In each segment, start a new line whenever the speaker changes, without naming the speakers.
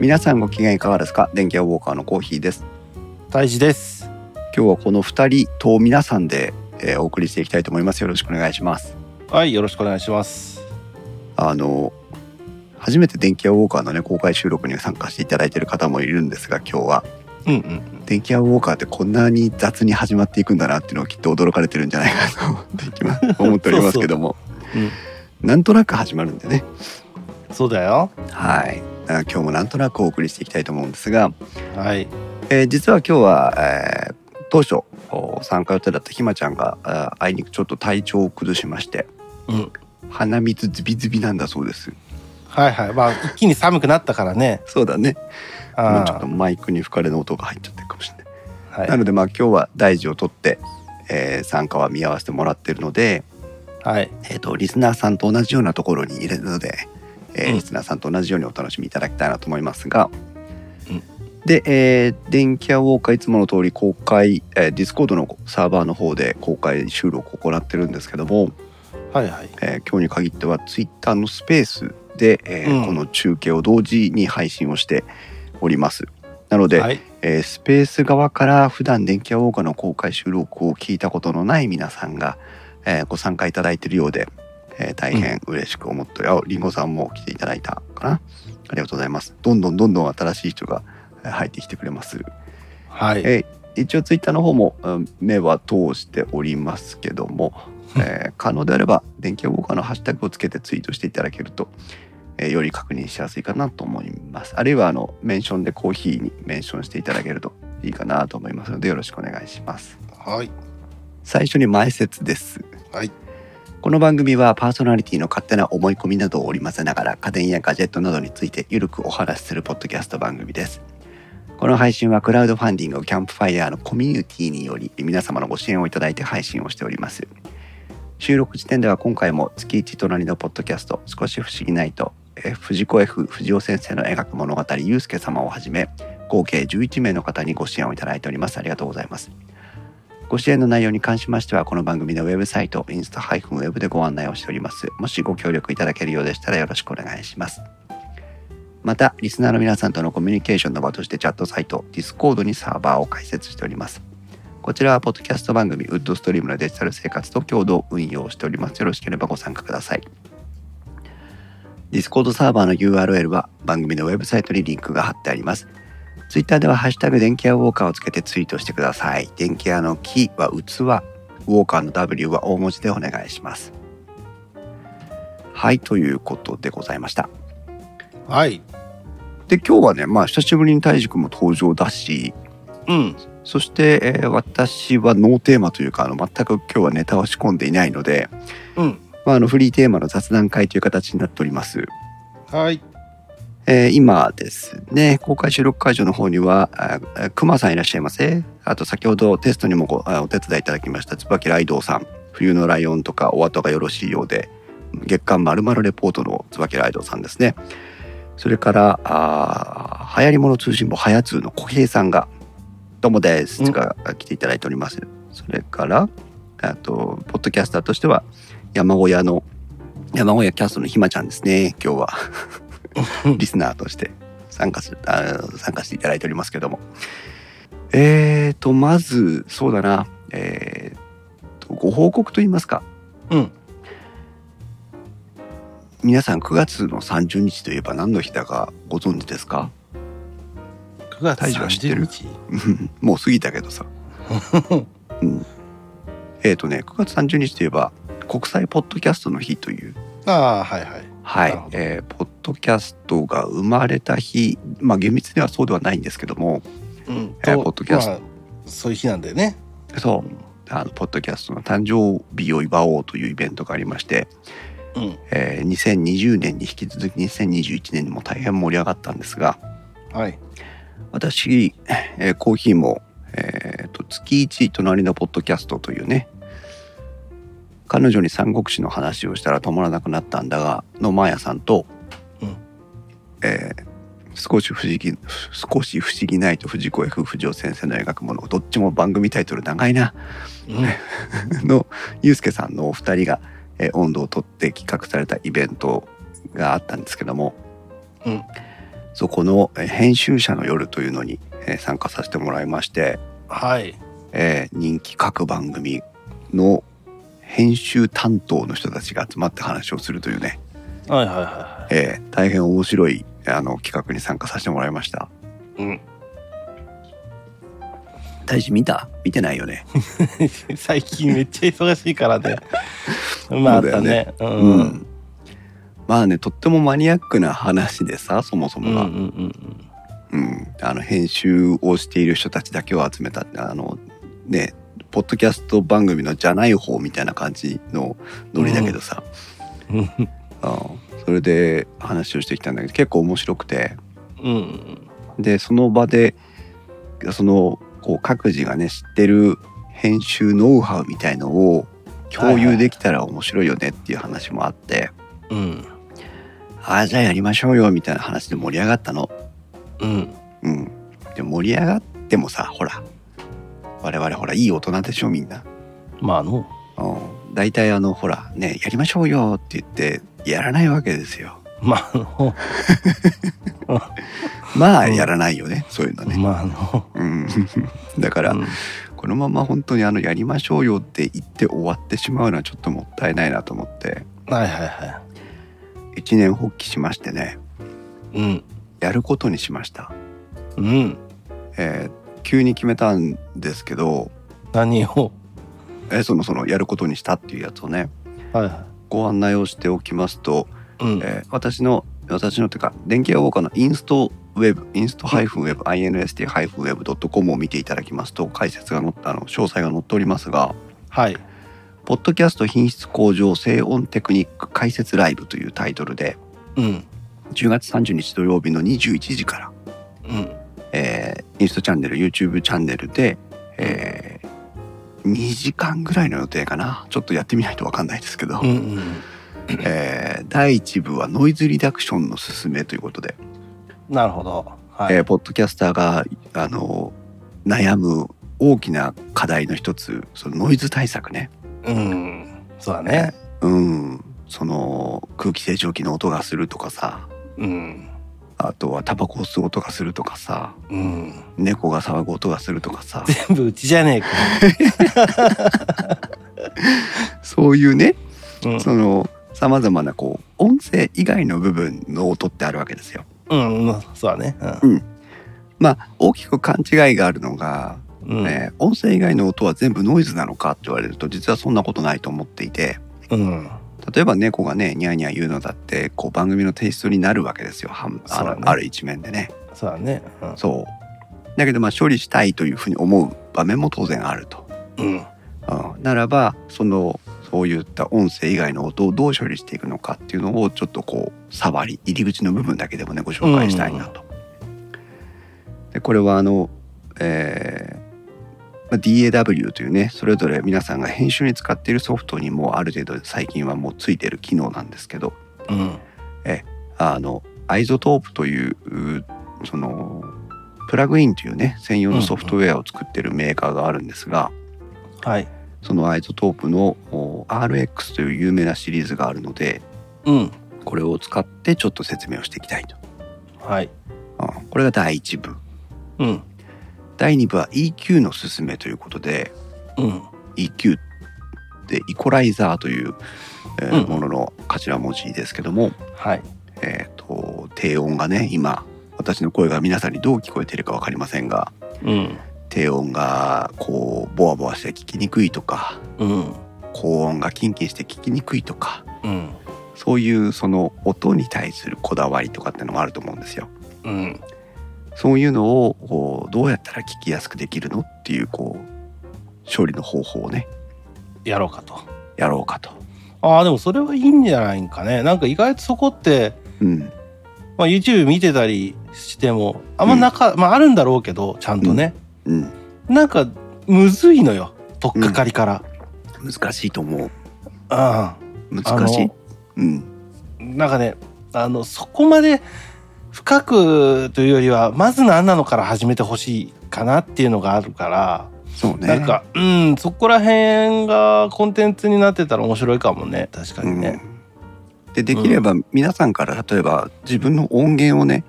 皆さんご機嫌いかがですか電気屋ウォーカーのコーヒーです
大事です。
今日はこの二人と皆さんで、えーお送りしていきたいと思いますよろしくお願いします
はい、よろしくお願いします。
あの初めて電気屋ウォーカーのね公開収録に参加していただいている方もいるんですが今日は
うんうん。
電気屋ウォーカーってこんなに雑に始まっていくんだなっていうのをきっと驚かれてるんじゃないかと思っていき ます思っておりますけども
そううん
なんとなく始まるんでね
そうだよ。
はいあ今日もなんとなくお送りしていきたいと思うんですが
はい。
えー実は今日は、えー当初お参加予定だったひまちゃんがあーあいにくちょっと体調を崩しまして
うん。
鼻水ズビズビなんだそうです
はいはい。まあ、一気に寒くなったからね。
そうだねもうちょっと
あ
マイクに吹かれの音が入っちゃってるかもしれない、
あ。は。
ないのでまあ今日は大事を取って、えー参加は見合わせてもらってるので、
はい。
えー、とリスナーさんと同じようなところに入れるので、えー
うん
リスナーさんと同じようにお楽しみいただきたいなと思いますが、
うん
で、えー電気屋ウォーカーいつもの通り公開、えー、ディスコードのサーバーの方で公開収録を行ってるんですけども、
はいはい。
えー今日に限ってはツイッターのスペースで、えー
うん
この中継を同時に配信をしております。なので、
はい。
えースペース側から普段電気屋ウォーカーの公開収録を聞いたことのない皆さんが、えーご参加いただいているようで、えー大変嬉しく思っており、ありんごさんも来ていただいたかなありがとうございますどんどんどんどん新しい人がえー入ってきてくれます
はい。
えー一応ツイッターの方もうん目は通しておりますけども、えー可能であれば電気屋ウォーカーのハッシュタグをつけてツイートしていただけると、えーより確認しやすいかなと思いますあるいはあのメンションでコーヒーにメンションしていただけるといいかなと思いますのでよろしくお願いします
はい。
最初に前説です
はい。
この番組はパーソナリティの勝手な思い込みなどを織り交ぜながら家電やガジェットなどについてゆるくお話しするポッドキャスト番組です。この配信はクラウドファンディングキャンプファイヤーのコミュニティにより皆様のご支援をいただいて配信をしております。収録時点では今回も月一隣のポッドキャスト「少し不思議ないと」えー藤子 F 不二雄先生の描く物語「ゆうすけ様」をはじめ合計11名の方にご支援をいただいております。ありがとうございます。ご支援の内容に関しましては、この番組のウェブサイト、インスタ -web でご案内をしております。もしご協力いただけるようでしたらよろしくお願いします。また、リスナーの皆さんとのコミュニケーションの場としてチャットサイト、Discord にサーバーを開設しております。こちらは、ポッドキャスト番組、ウッドストリームのデジタル生活と共同運用しております。よろしければご参加ください。Discord サーバーの URL は番組のウェブサイトにリンクが貼ってあります。ツイッターではハッシュタグ電気屋ウォーカーをつけてツイートしてください。電気屋の木は器、ウォーカーの W は大文字でお願いします。はい、ということでございました。
はい。
で、今日はね、まあ、久しぶりに大くんも登場だし、
うん。
そして、えー私はノーテーマというか、あの、全く今日はネタを仕込んでいないので、
うん。
まあ、あの、フリーテーマの雑談会という形になっております。
はい。
えー今ですね、公開収録会場の方には、ああくまさんいらっしゃいませ。あと先ほどテストにもごあお手伝いいただきました、椿ライドウさん。冬のライオンとかお後がよろしいようで、月刊まるまるレポートの椿ライドウさんですね。それから、あー流行り物通信簿、はやつーの小平さんが、どうもです。
うん
が来ていただいております。それから、あと、ポッドキャスターとしては、山小屋の、山小屋キャストのひまちゃんですね、今日は。リスナーとして参加しあ参加していただいておりますけども。えーと、まず、そうだな、えーと、ご報告といいますか、
うん。
皆さん9月の30日といえば何の日だかご存知ですか
9月
大丈夫は知って
30
る
日。
もう過ぎたけど さ。うん、えーとね、9月30日といえば、国際ポッドキャストの日という
ああ、はいはい。
は
ないるほ、ど
えーポッドキャストが生まれた日、まあ厳密にはそうではないんですけども、
うん。
えーポッドキャスト
まあ、そういう日なんだよね。
そう、あのポッドキャストの誕生日を祝おうというイベントがありまして、
うん。
えー2020年に引き続き2021年にも大変盛り上がったんですが、
はい。
私、えーコーヒーも、えーと月一隣のポッドキャストというね、彼女に三国志の話をしたら止まらなくなったんだが、のマーヤさんと、
うん
えー少し不思議、少し不思議ないと藤子 F 不二雄先生の描くもの、どっちも番組タイトル長いな。
うん。
のゆうすけさんのお二人が、えー、温度をとって企画されたイベントがあったんですけども、
うん
そこのえー編集者の夜というのにえー参加させてもらいまして、
はい。
えー人気各番組の編集担当の人たちが集まって話をするというね、
はいはいはいは
えー大変面白いあの企画に参加させてもらいました。
い。うん。
大使見た見てないよね。
最近めっちゃ忙しいか らね。まああったね。う。
うんん。
うん
まあねとってもマニアックな話でさそもそ
うんう
も
んう
が、
ん。
うん、あの編集をしている人たちだけを集めたあのねポッドキャスト番組のじゃない方みたいな感じのノリだけどさ、
うん
あのそれで話をしてきたんだけど結構面白くて
うん
でその場でそのこう各自がね知ってる編集ノウハウみたいのを共有できたら面白いよねっていう話もあって、
うん
ああじゃあやりましょうよみたいな話で盛り上がったの。
うん
うん。で盛り上がってもさ、ほら、我々ほら、いい大人でしょ、みんな。
まあの
うん。大体あの、ほら、ね、やりましょうよって言って、やらないわけですよ。
まあの
まあ、
うん
やらないよね、そういうのね。
まあの
うん。だから、
うん
このまま本当にあの、やりましょうよって言って終わってしまうのはちょっともったいないなと思って、
はいはいは
一年発起しましてね、
いうん
やることにしました。
うん
えー急に決めたんですけど、
何を
えーそのそのやることにしたっていうやつをね
はいは
ご案内をしておきますと
いうん
えー私の私のというか電気屋ウォーカーのインストウェブインストハイフンウェブ inst-web.com を見ていただきますと解説が載ったあの詳細が載っておりますが
はい
「ポッドキャスト品質向上静音テクニック解説ライブ」というタイトルで
うん
10月30日土曜日の21時から、
うん
えーインストチャンネル YouTube チャンネルで、え2時間ぐらいの予定かなちょっとやってみないと分かんないですけど、
うんうん
えー第1部はノイズリダクションのすすめということで
なるほどはい
えーポッドキャスターがあの悩む大きな課題の一つそのノイズ対策ね。
うんそうだね
うん、その空気清浄機の音がするとかさ
うん
あとはタバコを吸う音がするとかさ
うん
猫が騒ぐ音がするとか さ
全部うちじゃねえか
そういうね
うん
そのさまざまなこう音声以外の部分の音ってあるわけですよ。
うんうんそうだね
まあ大きく勘違いがあるのが、
うん
えー音声以外の音は全部ノイズなのかって言われると実はそんなことないと思っていて。
うん
例えば猫がねニャーニャー言うのだってこう番組のテイストになるわけですよ半あ
そう
の
だね
ある一面でね
そうだねうん
そうだけどまあ処理したいというふうに思う場面も当然あると、
うん
うん、ならばそのそういった音声以外の音をどう処理していくのかっていうのをちょっとこう触り入り口の部分だけでもねご紹介したいなと、でこれはあのえーまあ DAW というねそれぞれ皆さんが編集に使っているソフトにもある程度最近はもうついてる機能なんですけど
うん
あのアイゾトープといううそのプラグインというね専用のソフトウェアを作ってるメーカーがあるんですが、
はい
そのアイゾトープのお RX という有名なシリーズがあるので
うん
これを使ってちょっと説明をしていきたいと、
はい
うんこれが第1部
うん
第2部は EQ のすすめということで
うん
EQ ってイコライザーという、えー
うん
ものの頭文字ですけども、
はい
えー、と低音がね今私の声が皆さんにどう聞こえているか分かりませんが
うん
低音がこうボワボワして聞きにくいとか
うん
高音がキンキンして聞きにくいとか
うん
そういうその音に対するこだわりとかってのもあると思うんですよ。
うん
そういうのをこうどうやったら聞きやすくできるのっていうこう処理の方法をね
やろうかと
やろうかと。
ああでもそれはいいんじゃないんかねなんか意外とそこって、
うん、
まあ、YouTube 見てたりしてもあんまなか、まああるんだろうけどちゃんとね、
うん、
なんかむずいのよとっかかりから、
難しいと思う
あ
難し
あ
い
の。
うん、
あなんかねあのそこまで深くというよりはまず何なのから始めてほしいかなっていうのがあるから、
そうね。
なんかうんそこら辺がコンテンツになってたら面白いかもね確かにね。
うんでできれば皆さんから例えば自分の音源をね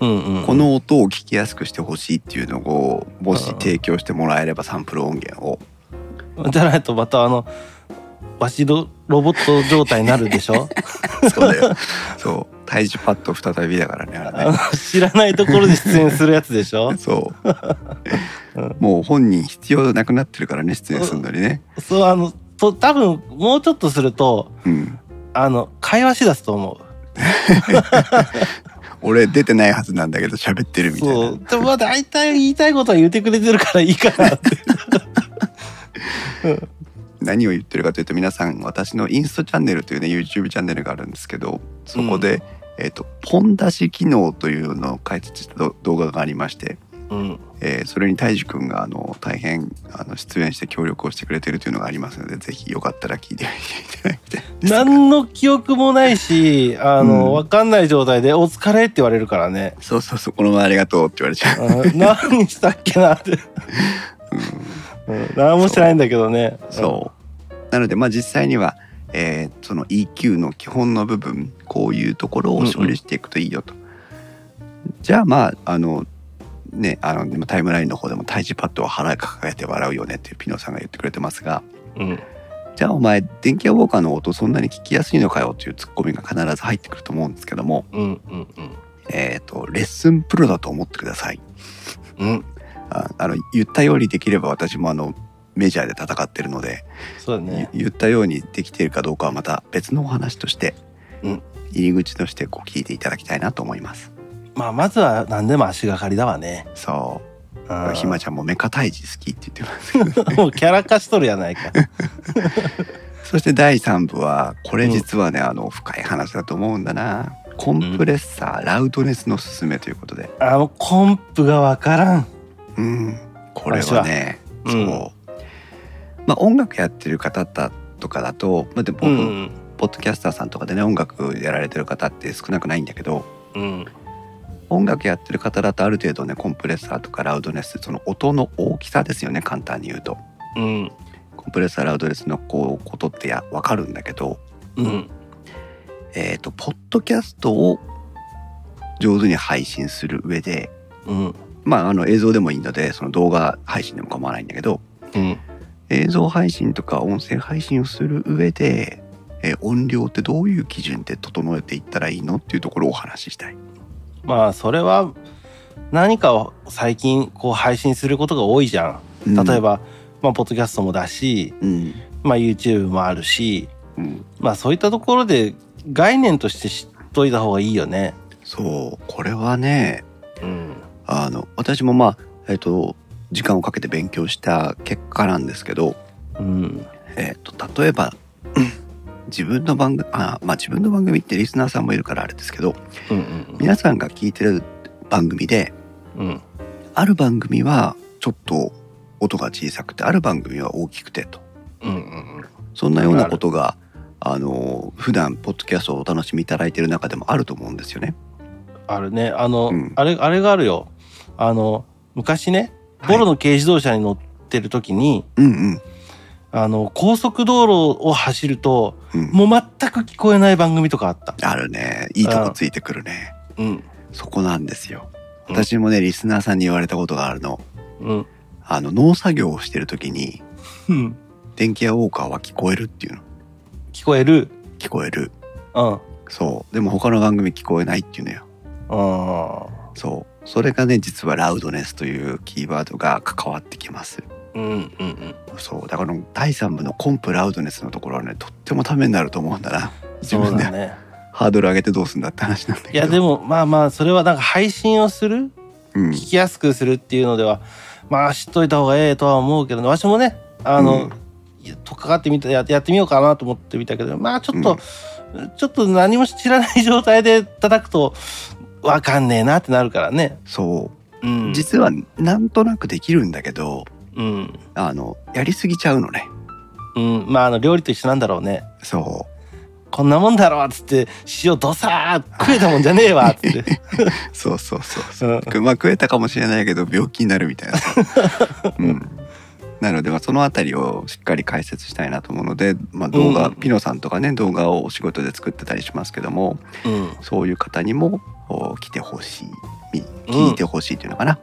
うんうんうん
この音を聞きやすくしてほしいっていうのをもし提供してもらえればサンプル音源を
じゃないとまたあのわしロロボット状態になるで しょ
そうだよそう体重パッド再びだからねあ
あ
れね
の知らないところで出演するやつでしょ
そううもう本人必要なくなってるからね出演するのにね
そうあのと多分もうちょっとすると
うん
あの会話しだすと思
俺出てないはずなんだけど喋ってる
う
みたい
そ
な
うでもまあ大体言いたいことは言ってくれてるからいいかなって
何を言ってるかというと皆さん私のインストチャンネルというね YouTube チャンネルがあるんですけどそこで、えっとポン出し機能というのを開設した動動画がありまして、
うん
えーそれにたいじくんがあの大変あの出演して協力をしてくれてるというのがありますのでぜひよかったら聞いてみていただきたいです
何の記憶もないしあの、
うん
わかんない状態で「お疲れ」って言われるからね
そうそうそうこの前ありがとうって言われちゃう、
うん何したっけなって、うん、何もしてないんだけどね
そうなのでまあ実際には、えーその EQ の基本の部分こういうところを処理していくといいよと、じゃあまああのねあのでもタイムラインの方でも体重パッドを腹抱えて笑うよねっていうピノさんが言ってくれてますが
うん、
じゃあお前電気屋ウォーカーの音そんなに聞きやすいのかよっていうツッコミが必ず入ってくると思うんですけども
うんうんうん
えっ、とレッスンプロだと思ってください
うん
ああの言ったようにできれば私もあのメジャーで戦ってるので
そうだね
言ったようにできているかどうかはまた別のお話として、
うん
入り口としてこう聞いていただきたいなと思います
まあまずは何でも足がかりだわね
そうう、
ん
ひまちゃんもメカ退治好きって言ってます
もうキャラ化しとるやない か
そして第3部はこれ実はね、あの深い話だと思うんだなコンプレッサー、ラウドネスのすすめということで
あのコンプがわからん
うんこれはね
私
そう、
はうん
まあ音楽やってる方だとかだと、まあ、でも僕、
うん
ポッドキャスターさんとかでね音楽やられてる方って少なくないんだけど、
うん
音楽やってる方だとある程度ねコンプレッサーとかラウドネスその音の大きさですよね簡単に言うと
うん
コンプレッサーラウドネスのこうことってや分かるんだけど、
うん
えー、とポッドキャストを上手に配信する上で
うん
まああの映像でもいいのでその動画配信でも構わないんだけど
うん
映像配信とか音声配信をする上で、えー音量ってどういう基準で整えていったらいいのっていうところをお話ししたい。
まあそれは何かを最近こう配信することが多いじゃ
例
ん例えば、まあポッドキャストもだし、
うん
まあ、YouTube もあるし
うん、
まあそういったところで概念として知っといた方がいいよね。
そうこれはね
うん。
あの私もまあえっ、と時間をかけて勉強した結果なんですけど、
うん。
えっと例えばうん自分の番組あまあ自分の番組ってリスナーさんもいるからあれですけど
うん
皆さんが聞いてる番組で
うん。うん。
ある番組はちょっと音が小さくてある番組は大きくてと
うんうん
そんなようなことがあの普段ポッドキャストをお楽しみいただいている中でもあると思うんですよね。
あるね。あの、
うん
あれ、あれがあるよ。あの、昔ね、ボロ
はい
の軽自動車に乗ってる時に、
うん
あの、高速道路を走ると、
うんうん、
もう全く聞こえない番組とかあった。
あるねいいとこついてくるね
うん。
そこなんですよ。
うん
私もねリスナーさんに言われたことがあるの
うん。
あの農作業をしてる時に
うん。
電気屋ウォーカーは聞こえるっていうの
聞こえる。
聞こえる
うん。うん。
そうでも他の番組聞こえないっていうのよそうそれがね実はラウドネスというキーワードが関わってきます
うんうんうん。
そうだから第3部のコンプラウドネスのところはねとってもためになると思うんだな自
そう
分で
だね。
ハードル上げてどうすんだって話なんだけど
いや、でも、まあまあ、それはなんか配信をする
うん
聞きやすくするっていうのではまあ知っといた方がええとは思うけどね私もねあ
う
の、
ん
とっかかってみたややってみようかなと思ってみたけどまあちょっ
う
と、ちょっと何も知らない状態で叩くとわかんねえなってなるからね。、
そううん実はなんとなくできるんだけど
うん
あのやりすぎちゃうのね
うん、まああの料理と一緒なんだろうね。
そう
こんなもんだろうっつって塩どさー食えたもんじゃねえわっつって
そうそうそうそう、 まあ食えたかもしれないけど病気になるみたいな さうんなのでまあそのあたりをしっかり解説したいなと思うので、まあ、動画、
うん
ピノさんとかね動画をお仕事で作ってたりしますけども
うん
そういう方にもお来てほしい聞いてほしいというのかな。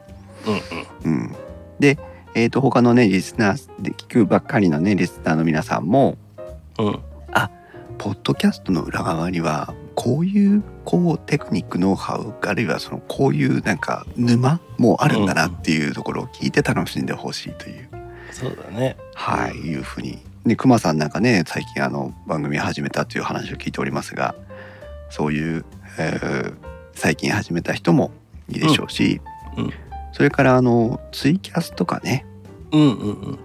うんうん
うん、で、えー、と他のねリスナーで聞くばっかりのねリスナーの皆さんも
うん
ポッドキャストの裏側にはこういうこうテクニックノウハウあるいはそのこういうなんか沼もあるんだなっていうところを聞いて楽しんでほしいという、
そうだね
はいいうふうに。でクマさんなんかね最近あの番組始めたという話を聞いておりますがそういう、えー最近始めた人もいいでしょうし、
うんうん
それからあのツイキャスとかね
うんうんうん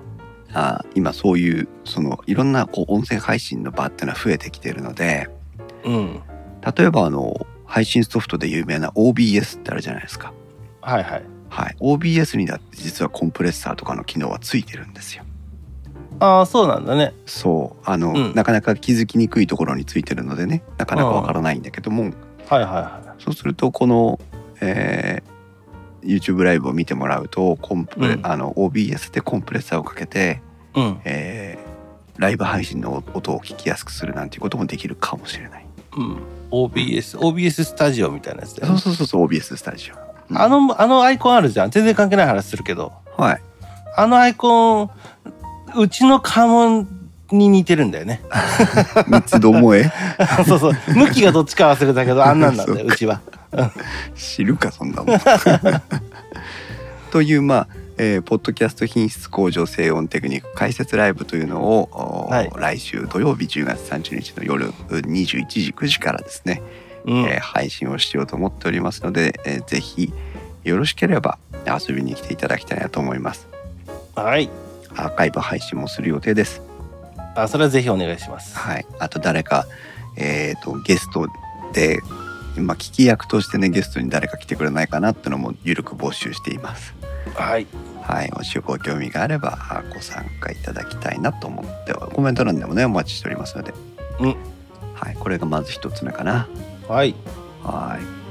あ今そういうそのいろんなこう音声配信の場っていうのは増えてきてるので
うん
例えばあの配信ソフトで有名な OBS ってあるじゃないですか、
はいはい
はい、OBS にだって実はコンプレッサーとかの機能はついてるんですよ
ああそうなんだね
そうあの、
うん
なかなか気づきにくいところについてるのでねなかなかわからないんだけども、
はいはいは
そうするとこの、えー YouTube ライブを見てもらうとコンプレ、
うん
あの OBS でコンプレッサーをかけて、
いうん
えーライブ配信の音を聞きやすくするなんていうこともできるかもしれない。
うん OBS OBS スタジオみたいなやつだよ
そうそ
ね
うそうそう OBS スタジオ。
あのあのアイコンあるじゃん全然関係ない話するけど
はい。
あのアイコンうちの家紋に似てるんだよね
三つどもえ
そうそう向きがどっちか忘れたけどあんなんなんだ
そ
ようちは
知るかそんなもん。というまあ、えーポッドキャスト品質向上静音テクニック解説ライブというのを、おー
はい
来週土曜日10月30日の夜21時9時からですね、
うん
えー配信をしようと思っておりますので、えーぜひよろしければ遊びに来ていただきたいなと思います。
はい
アーカイブ配信もする予定です。
あそれはぜひお願いします
はい、あと誰か、えー、とゲストで、まあ、聞き役としてねゲストに誰か来てくれないかなってのもゆるく募集しています。
はい
はい、もしご興味があればあご参加いただきたいなと思ってコメント欄でもねお待ちしておりますので、
うん
はい、これがまず一つ目かな。
はい
はい